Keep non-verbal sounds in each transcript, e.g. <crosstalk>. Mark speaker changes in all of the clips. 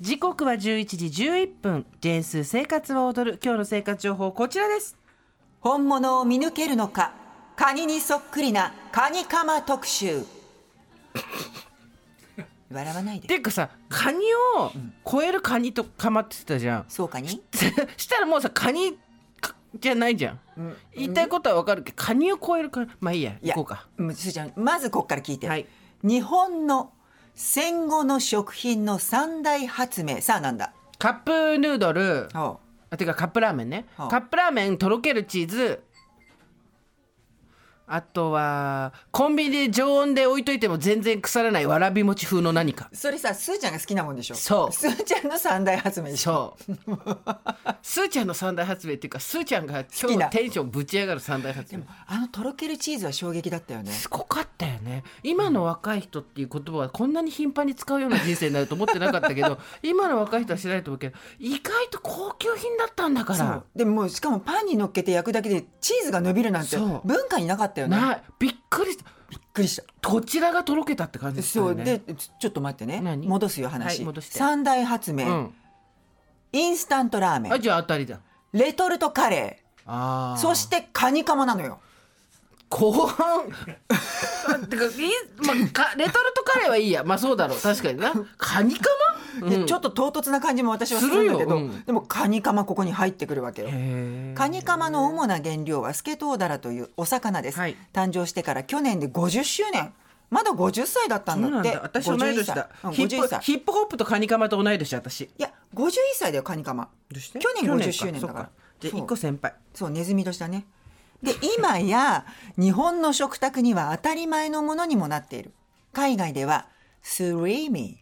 Speaker 1: 時刻は11時11分全数生活は踊る今日の生活情報こちらです
Speaker 2: 本物を見抜けるのかカニにそっくりなカニカマ特
Speaker 1: <laughs>
Speaker 2: 集笑わないで
Speaker 1: てかさカニを超えるカニとかまってたじゃん <laughs>
Speaker 2: そうかに
Speaker 1: したらもうさカニかじゃないじゃん、言いたいことはわかるけどカニを超えるカニまあいいや
Speaker 2: いや
Speaker 1: 行こうか
Speaker 2: うんすーちゃんまずここから聞いて、
Speaker 1: はい
Speaker 2: 日本の戦後の食品の三大発明さあなんだ
Speaker 1: カップヌードル
Speaker 2: お
Speaker 1: あてかカップラーメンね、
Speaker 2: はあ
Speaker 1: カップラーメンとろけるチーズあとはコンビニで常温で置いといても全然腐らないわらび餅風の何か
Speaker 2: それさすーちゃんが好きなもんでしょ
Speaker 1: そう
Speaker 2: すーちゃんの三大発明でしょ
Speaker 1: そうスーちゃんの三大発明っていうかスーちゃんが今
Speaker 2: き
Speaker 1: 日
Speaker 2: な
Speaker 1: テンションぶち上がる三大発明
Speaker 2: あのとろけるチーズは衝撃だったよね
Speaker 1: すごかったよね今の若い人っていう言葉はこんなに頻繁に使うような人生になると思ってなかったけど今の若い人は知らないと思うけど意外と高級品だったんだか
Speaker 2: そ
Speaker 1: ら
Speaker 2: うでもしかもパンに乗っけて焼くだけでチーズが伸びるなんて
Speaker 1: そう
Speaker 2: 文化になかったよねびっ
Speaker 1: ないびっくりした
Speaker 2: くりした
Speaker 1: こちらがとろけたって感じです
Speaker 2: そ
Speaker 1: よ
Speaker 2: う
Speaker 1: ね
Speaker 2: でちょちょっと待ってね
Speaker 1: 何
Speaker 2: 戻すよ話、
Speaker 1: はい戻して
Speaker 2: 三大発明、
Speaker 1: うん、
Speaker 2: インスタントラーメ
Speaker 1: あ
Speaker 2: ン
Speaker 1: じゃあ当たりだ
Speaker 2: レトルトカレ
Speaker 1: あ
Speaker 2: ー
Speaker 1: ー
Speaker 2: そしてカニカマなのよ
Speaker 1: 後半 <laughs> あてかいまあかレトルトカレーはいいやまあそうだろう確かになカニカマ、
Speaker 2: でちょっと唐突な感じも私はするんだけど、
Speaker 1: するようん
Speaker 2: でもカニカマここに入ってくるわけよ
Speaker 1: へー
Speaker 2: カニカマの主な原料はスケトウダラというお魚です、
Speaker 1: はい
Speaker 2: 誕生してから去年で50周年まだ50歳だった
Speaker 1: そうん
Speaker 2: だ
Speaker 1: な
Speaker 2: っ
Speaker 1: ん
Speaker 2: て
Speaker 1: だ私同い年だ
Speaker 2: 51歳うん
Speaker 1: ヒッ
Speaker 2: 51
Speaker 1: プ
Speaker 2: 歳
Speaker 1: ヒップホップとカニカマと同い年私
Speaker 2: いや51歳だよカニカマ去年50周年だから
Speaker 1: で
Speaker 2: そう
Speaker 1: 一個先輩
Speaker 2: そうネズミ年だねで今や日本の食卓には当たり前のものにもなっている海外ではスリミ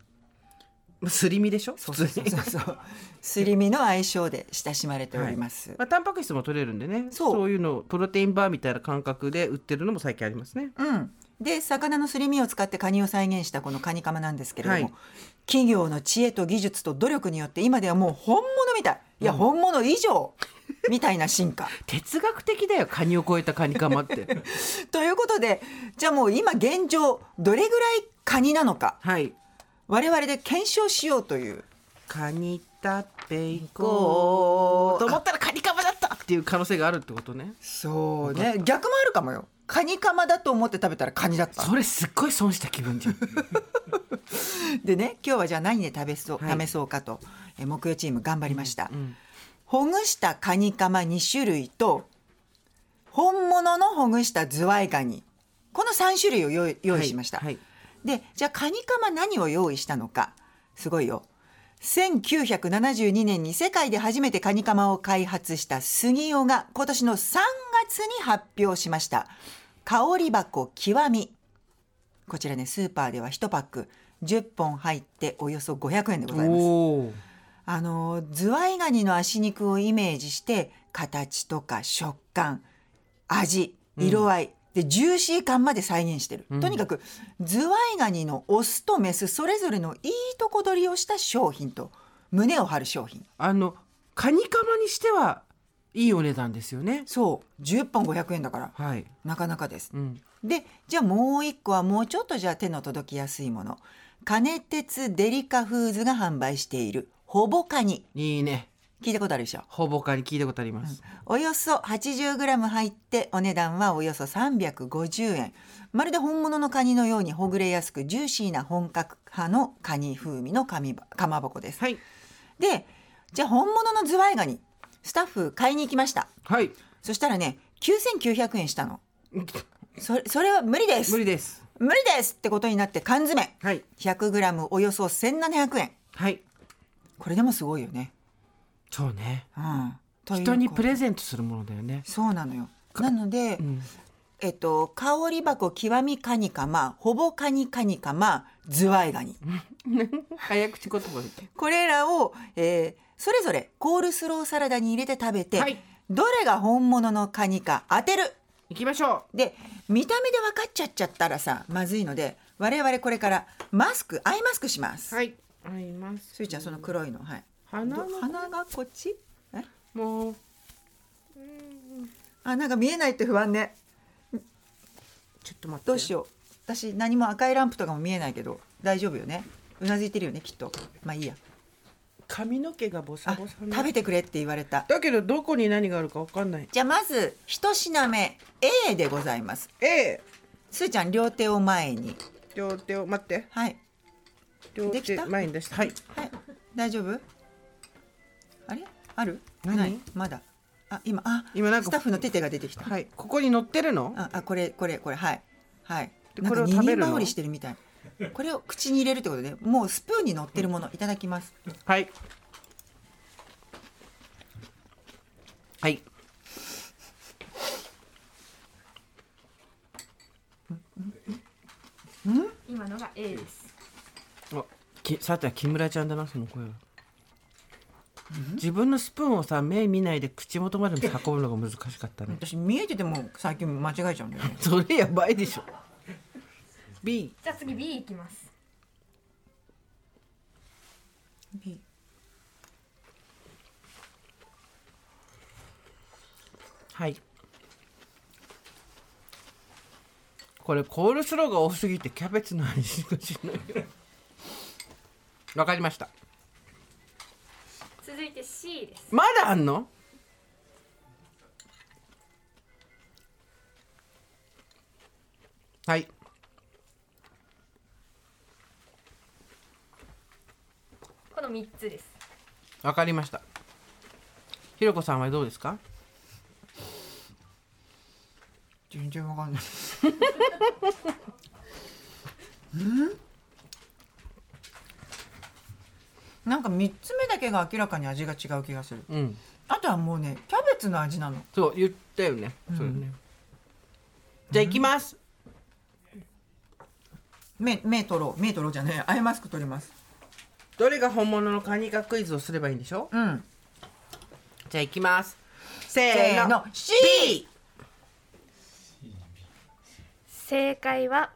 Speaker 1: すり身でしょ普通に
Speaker 2: そうそうそうスリミの愛称で親しまれております、
Speaker 1: まあ、タンパク質も取れるんでね
Speaker 2: そう
Speaker 1: そういうのをプロテインバーみたいな感覚で売ってるのも最近ありますね
Speaker 2: うんで魚のすり身を使ってカニを再現したこのカニカマなんですけれども、
Speaker 1: はい
Speaker 2: 企業の知恵と技術と努力によって今ではもう本物みたいいや、本物以上みたいな進化
Speaker 1: 哲学的だよカニを超えたカニカマって
Speaker 2: <laughs> ということでじゃあもう今現状どれぐらいカニなのか
Speaker 1: はい
Speaker 2: 我々で検証しようという
Speaker 1: カニ食べ行こうと思ったらカニカマだったっていう可能性があるってことね
Speaker 2: そうね逆もあるかもよカニカマだと思って食べたらカニだった
Speaker 1: それすっごい損した気分じゃん
Speaker 2: でね今日はじゃあ何で食べそう、
Speaker 1: はい
Speaker 2: 試そうかとえー木曜チーム頑張りました、
Speaker 1: ん
Speaker 2: ほぐしたカニカマ2種類と本物のほぐしたズワイガニこの3種類を用意用意しました、
Speaker 1: はいはい
Speaker 2: でじゃあカニカマ何を用意したのかすごいよ1972年に世界で初めてカニカマを開発した杉尾が今年の3月に発表しました香り箱極みこちらねスーパーでは1パック10本入っておよそ500円でございます
Speaker 1: おー
Speaker 2: あのズワイガニの足肉をイメージして形とか食感味色合い、でジューシー感まで再現してる、とにかくズワイガニのオスとメスそれぞれのいいとこ取りをした商品と胸を張る商品
Speaker 1: あのカニカマにしてはいいお値段ですよね
Speaker 2: そう10本500円だから
Speaker 1: はい、
Speaker 2: なかなかです
Speaker 1: うん、
Speaker 2: でじゃあもう一個はもうちょっとじゃあ手の届きやすいもの金鉄デリカフーズが販売しているほぼカニ
Speaker 1: いいね
Speaker 2: 聞いたことあるでしょ
Speaker 1: ほぼかに聞いたことあります、
Speaker 2: およそ 80g 入ってお値段はおよそ350円まるで本物のカニのようにほぐれやすくジューシーな本格派のカニ風味の紙ばかまぼこです
Speaker 1: はい
Speaker 2: でじゃあ本物のズワイガニスタッフ買いに行きました
Speaker 1: はい
Speaker 2: そしたらね9900円したのそれそれは無理です
Speaker 1: 無
Speaker 2: 無理
Speaker 1: 理です
Speaker 2: ですってことになって缶詰
Speaker 1: はい
Speaker 2: 100g およそ1700円
Speaker 1: はい
Speaker 2: これでもすごいよね
Speaker 1: そうね
Speaker 2: うんという
Speaker 1: 人に
Speaker 2: こ
Speaker 1: プレゼントするものだよね
Speaker 2: そうなのよなので、
Speaker 1: ん
Speaker 2: えっと、香り箱極みカニカマ、ほぼカニカニカマ、ズワイガニ。
Speaker 1: 早口言葉で
Speaker 2: これらを、えーそれぞれコールスローサラダに入れて食べて、
Speaker 1: はい
Speaker 2: どれが本物のカニか当てる。
Speaker 1: 行きましょう
Speaker 2: で、見た目で分かっちゃっちゃったらさ、まずいので、我々これからマスク、アイマスクします。
Speaker 1: はい。合います。
Speaker 2: スイちゃん、その黒いの、はい。
Speaker 1: 鼻の
Speaker 2: ど鼻がこっちえ
Speaker 1: もう
Speaker 2: あ、なんか見えないって不安ね。
Speaker 1: ちょっと待って。
Speaker 2: どうしよう。私、何も赤いランプとかも見えないけど、大丈夫よね。うなずいてるよね、きっと。まあいいや。
Speaker 1: 髪の毛がボサ
Speaker 2: あ
Speaker 1: ボサにな
Speaker 2: 食べてくれって言われた
Speaker 1: だけどどこに何があるかわかんない
Speaker 2: じゃあまず一品目 A でございます
Speaker 1: A
Speaker 2: すーちゃん両手を前に
Speaker 1: 両手を待って
Speaker 2: はい
Speaker 1: 両
Speaker 2: でき
Speaker 1: 手
Speaker 2: た
Speaker 1: 前に出してはい
Speaker 2: はい大丈夫あれある
Speaker 1: 何
Speaker 2: ないまだあ今あ
Speaker 1: 今なんか
Speaker 2: スタッフのテテが出てきた
Speaker 1: はいここに乗ってるの
Speaker 2: ああこれこれこれはいはい
Speaker 1: で
Speaker 2: なん
Speaker 1: これ
Speaker 2: か
Speaker 1: を
Speaker 2: 二
Speaker 1: 食べ
Speaker 2: 人
Speaker 1: るの
Speaker 2: 羽織してるみたいこれを口に入れるってことでもうスプーンに乗ってるものいただきます
Speaker 1: はいはい
Speaker 3: 今のが A です。
Speaker 1: あきさては木村ちゃんだなその声は自分のスプーンをさ目見ないで口元まで運ぶのが難しかった
Speaker 3: <laughs>
Speaker 1: ね
Speaker 2: 私見えてても最近間違えちゃうんだよね
Speaker 1: それやばいでしょ B
Speaker 3: じゃあ次 B いきます。
Speaker 2: B
Speaker 1: はいこれコールスローが多すぎてキャベツの味しかしないよわかりました
Speaker 3: 続いて C です。
Speaker 1: まだあんのはい
Speaker 3: この三つです。
Speaker 1: わかりましたひろこさんはどうですか
Speaker 2: 全然わかんないうんなんか3つ目だけが明らかに味が違う気がする
Speaker 1: うん
Speaker 2: あとはもうねキャベツの味なの
Speaker 1: そう言ったよね、それねじゃあ行きます、
Speaker 2: 目目取ろう目取ろうじゃないアイマスク取ります
Speaker 1: どれが本物のカニかクイズをすればいいんでしょ
Speaker 2: うん
Speaker 1: じゃあ行きますせ
Speaker 2: せー
Speaker 1: ーの
Speaker 2: の C!
Speaker 3: 正解は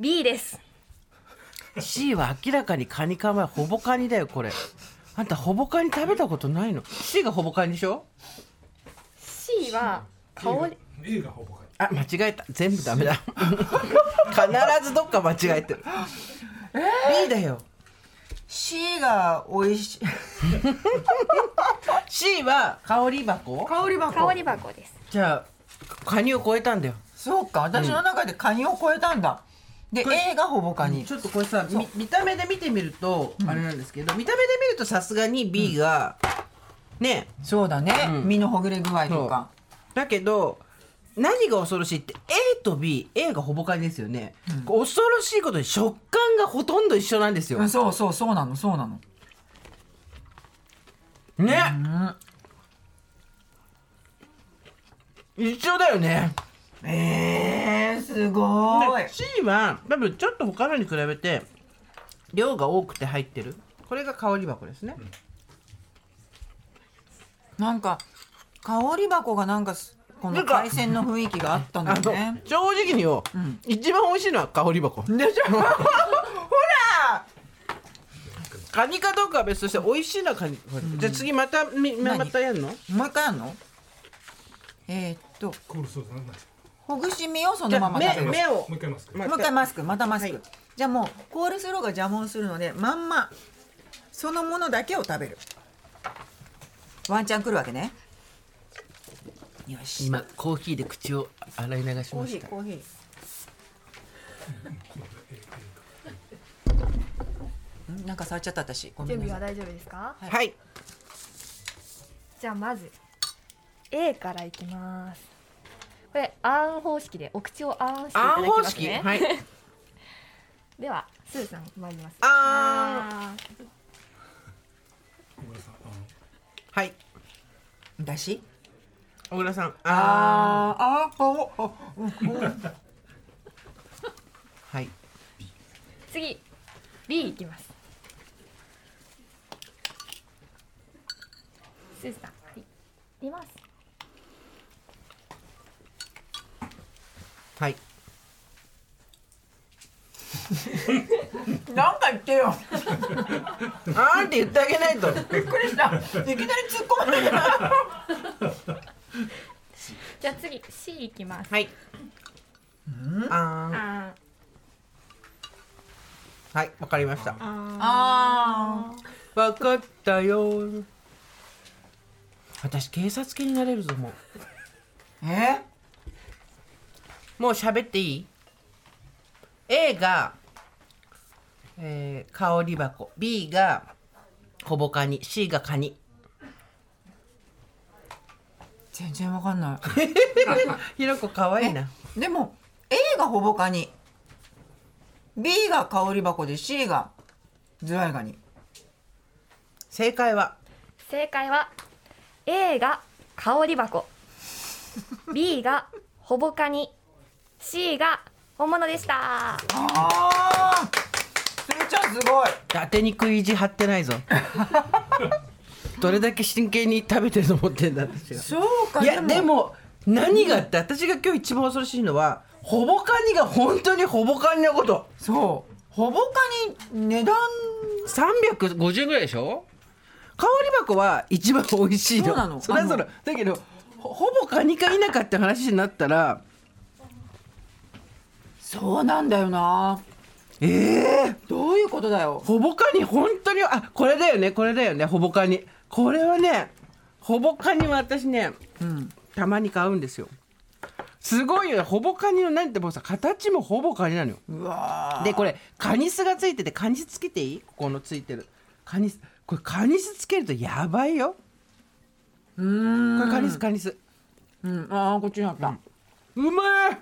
Speaker 3: B です。
Speaker 1: C は明らかにカニカマほぼカニだよこれあんたほぼカニ食べたことないの C がほぼカニでしょ
Speaker 3: C は香り。
Speaker 4: A がほぼか
Speaker 1: あ間違えた全部ダメだ必ずどっか間違えてる B だよ
Speaker 2: C が美味しい
Speaker 1: C は香り箱
Speaker 2: 香り箱
Speaker 3: 香り箱です。
Speaker 1: じゃあカニを超えたんだよ
Speaker 2: そうか私の中でカニを超えたんだ、で
Speaker 1: これ
Speaker 2: A がほぼカニ、
Speaker 1: ちょっとこれさみ見た目で見てみると、あれなんですけど見た目で見るとさすがに B が、ね
Speaker 2: そうだね、
Speaker 1: うん
Speaker 2: 身のほぐれ具合とか
Speaker 1: だけど何が恐ろしいって A と BA がほぼカニですよね、恐ろしいことに食感がほとんど一緒なんですよ、
Speaker 2: うんそうそうそうなのそうなの
Speaker 1: ね、一緒だよね
Speaker 2: えー、すごい
Speaker 1: で C は多分ちょっと他のに比べて量が多くて入ってるこれが香り箱ですね、
Speaker 2: なんか香り箱がなんかすこ
Speaker 1: な
Speaker 2: の
Speaker 1: んか
Speaker 2: 海鮮の雰囲気があったんだ
Speaker 1: あ
Speaker 2: よ
Speaker 1: の
Speaker 2: ね
Speaker 1: 正直によ、う一番美味しいのは香り箱
Speaker 2: <laughs> で
Speaker 1: <laughs>
Speaker 2: しょほら
Speaker 1: カニかどうかは別として美味しいのはカニ、じゃあ次またみま
Speaker 2: 何
Speaker 1: たやるの
Speaker 2: もう一回やんのえー、っと
Speaker 4: コールスローさんなんです
Speaker 2: ほぐし身をそ
Speaker 1: じ
Speaker 2: の
Speaker 1: ゃ
Speaker 2: ま
Speaker 1: あ
Speaker 2: ま食べ
Speaker 1: 目
Speaker 2: る
Speaker 1: 目を
Speaker 4: もう一回マスク
Speaker 1: ま
Speaker 2: もう一回マスクまたマスク、
Speaker 1: はい
Speaker 2: じゃあもうコールスローが邪魔をするのでまんまそのものだけを食べるワンチャン来るわけねよし
Speaker 1: 今コーヒーで口を洗い流し
Speaker 2: コー
Speaker 1: ま
Speaker 2: ヒ
Speaker 1: し
Speaker 2: ー
Speaker 1: た
Speaker 2: コーヒーんなんか触っちゃった私ごめ
Speaker 3: 準
Speaker 2: んなさ
Speaker 3: 備はい大丈夫ですか？
Speaker 2: ー
Speaker 1: はい
Speaker 3: じゃあまず A からいきます。これあーん方式でお口をあーんしていただ
Speaker 1: あ
Speaker 3: き
Speaker 1: ん
Speaker 3: ま
Speaker 1: 方
Speaker 3: す
Speaker 1: 式
Speaker 3: ね。
Speaker 1: はい
Speaker 3: ではスーさん参ります。
Speaker 1: あ
Speaker 3: あーん。
Speaker 4: 小倉さんあの
Speaker 1: はい
Speaker 2: だし
Speaker 1: 小倉さんあ
Speaker 2: あーあー顔あうん
Speaker 1: ーはい
Speaker 3: 次 B いきますスーさんはい入れます
Speaker 1: はい
Speaker 2: なんか言ってよ
Speaker 1: あーんって言ってあげないと
Speaker 2: びっくりしたいきなり突っ込まれた
Speaker 3: じゃあ次 C いきます
Speaker 1: はいあーん
Speaker 3: あー
Speaker 1: はいわかりました
Speaker 3: あー
Speaker 2: あー
Speaker 1: わかったよ私警察犬になれるぞも
Speaker 2: え
Speaker 1: うもう喋っていい A が、えー、香り箱 B がほぼカニ C がカニ <laughs>
Speaker 2: 全然わかんな
Speaker 1: ひろこかわいいない
Speaker 2: <laughs> でも A がほぼカニ B が香り箱で C がズワイガニ
Speaker 1: 正解は
Speaker 3: 正解は A が香り <laughs> 箱 B がほぼカニ C が本物でした
Speaker 2: ああすーちゃんすごい
Speaker 1: 伊達に食い意地張っ
Speaker 2: <laughs>
Speaker 1: てないぞどれだけ真剣に食べてると思ってんだ私が
Speaker 2: そうか
Speaker 1: いやでも何がって私が今日一番恐ろしいのはほぼカニが本当にほぼカニのこと
Speaker 2: そうほぼカニ値段
Speaker 1: 350ぐらいでしょ香り箱は一番美味しいの
Speaker 2: そうなの
Speaker 1: それはそれだけどほほぼカニか否かって話になったら
Speaker 2: そうなんだよな
Speaker 1: ええ
Speaker 2: どういうことだよ
Speaker 1: ほぼカニ本当にあこれだよねこれだよねほぼカニこれはねほぼカニは私ね、たまに買うんですよすごいよねほぼカニの何ってもうさ形もほぼカニなのよ
Speaker 2: うわー
Speaker 1: でこれカニスがついててカニスつけていいここのついてるカニスこれカニスつけるとやばいよ
Speaker 2: うーん
Speaker 1: これカニスカニス
Speaker 2: うんああこっちにあった、
Speaker 1: うまい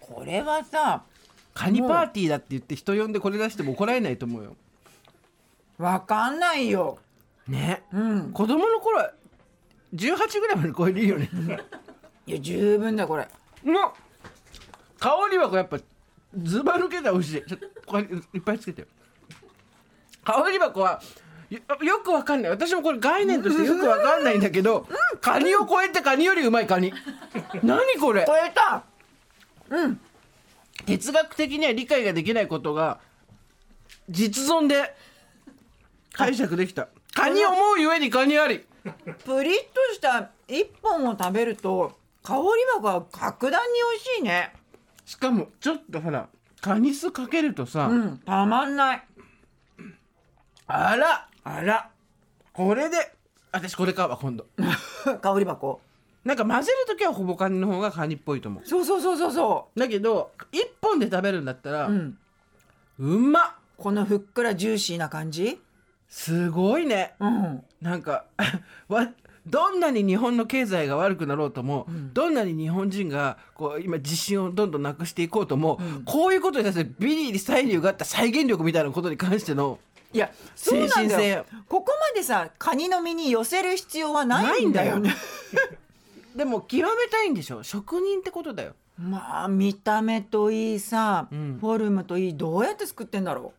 Speaker 2: これはさ
Speaker 1: カニパーティーだって言って人呼んでこれ出しても怒られないと思うよ
Speaker 2: わかんないよ
Speaker 1: ね
Speaker 2: うん
Speaker 1: 子供の頃は18ぐらいまで超えるよね
Speaker 2: いや十分だこれ
Speaker 1: うまっ香りはこれやっぱずば抜けた美味しいちょっとこれいっぱいつけてよ香り箱はよよくわかんない私もこれ概念としてよくわかんないんだけどカニを超えてカニよりうまいカニ何これ
Speaker 2: 超えた
Speaker 1: 哲学的には理解ができないことが実存で解釈できたカニ思うゆえにカニあり
Speaker 2: プリッとした一本を食べると香り箱は格段に美味しいね
Speaker 1: しかもちょっとほらカニ酢かけるとさ、
Speaker 2: うんたまん
Speaker 1: <laughs>
Speaker 2: ない
Speaker 1: あら
Speaker 2: あら
Speaker 1: これで私これ買うわ今度
Speaker 2: 香り箱
Speaker 1: なんか混ぜるときはほぼカニの方がカニっぽいと思
Speaker 2: そうそうそうそうそう
Speaker 1: だけど一本で食べるんだったら、
Speaker 2: う
Speaker 1: うんまっ
Speaker 2: このふっくらジューシーな感じ
Speaker 1: すごいね
Speaker 2: うん
Speaker 1: なんか <laughs> わどんなに日本の経済が悪くなろうとも、どんなに日本人がこう今自信をどんどんなくしていこうとも、こういうことに対してビリー・サイリューがあった再現力みたいなことに関しての
Speaker 2: いやそうなんだ
Speaker 1: 精
Speaker 2: よ
Speaker 1: 神
Speaker 2: ここまでさカニの身に寄せる必要はないんだよ
Speaker 1: ないんだ
Speaker 2: ね
Speaker 1: よでも極めたいんでしょ職人ってことだよ
Speaker 2: <laughs> まあ見た目といいさ、
Speaker 1: うん
Speaker 2: フォルムといいどうやって作ってんだろ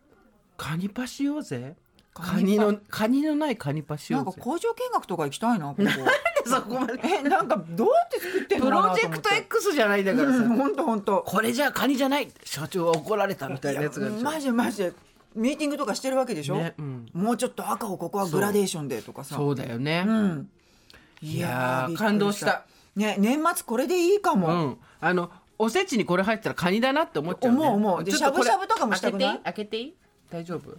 Speaker 1: カニパしようぜ
Speaker 2: う
Speaker 1: カニのカニのないカニパし
Speaker 2: な
Speaker 1: よ
Speaker 2: ん
Speaker 1: う
Speaker 2: か
Speaker 1: ぜ
Speaker 2: 工場見学とか行きたいなこ
Speaker 1: <laughs>
Speaker 2: こ
Speaker 1: そこまで
Speaker 2: えなんかどうやって作ってんの
Speaker 1: プ
Speaker 2: かなと思
Speaker 1: ロ
Speaker 2: っ
Speaker 1: ジ
Speaker 2: て
Speaker 1: ェクト X じゃないだからさ、
Speaker 2: うんほんとほんと
Speaker 1: これじゃカニじゃない社長は怒られたみたいなやつがあるでしょ
Speaker 2: マジでマジでミーティングとかしてるわけでしょ、
Speaker 1: ねうん
Speaker 2: もうちょっと赤をここはグラデーションでとかさ
Speaker 1: そうだよね、
Speaker 2: うんい
Speaker 1: やー
Speaker 2: びっくり
Speaker 1: 感動した
Speaker 2: ね年末これでいいか
Speaker 1: う
Speaker 2: も、
Speaker 1: ん、あのおせちにこれ入ってたらカニだなって思っちゃう、ね、
Speaker 2: 思う思うで
Speaker 1: ちょっこれ
Speaker 2: しゃぶしゃぶとかもしたくない
Speaker 1: 開けていい開けていい大丈夫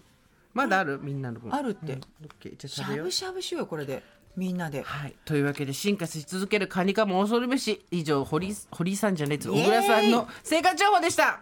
Speaker 1: まだあるみんなの分
Speaker 2: あるって
Speaker 1: うんオッケーじゃあ
Speaker 2: し
Speaker 1: 食
Speaker 2: ゃ
Speaker 1: べよう
Speaker 2: ぶしゃぶしようよこれでみんなで
Speaker 1: はい、というわけで進化し続けるカニカマ恐るべし以上堀井堀井さんじゃねえつ
Speaker 2: イエー
Speaker 1: 小
Speaker 2: イ
Speaker 1: 倉さんの生活情報でした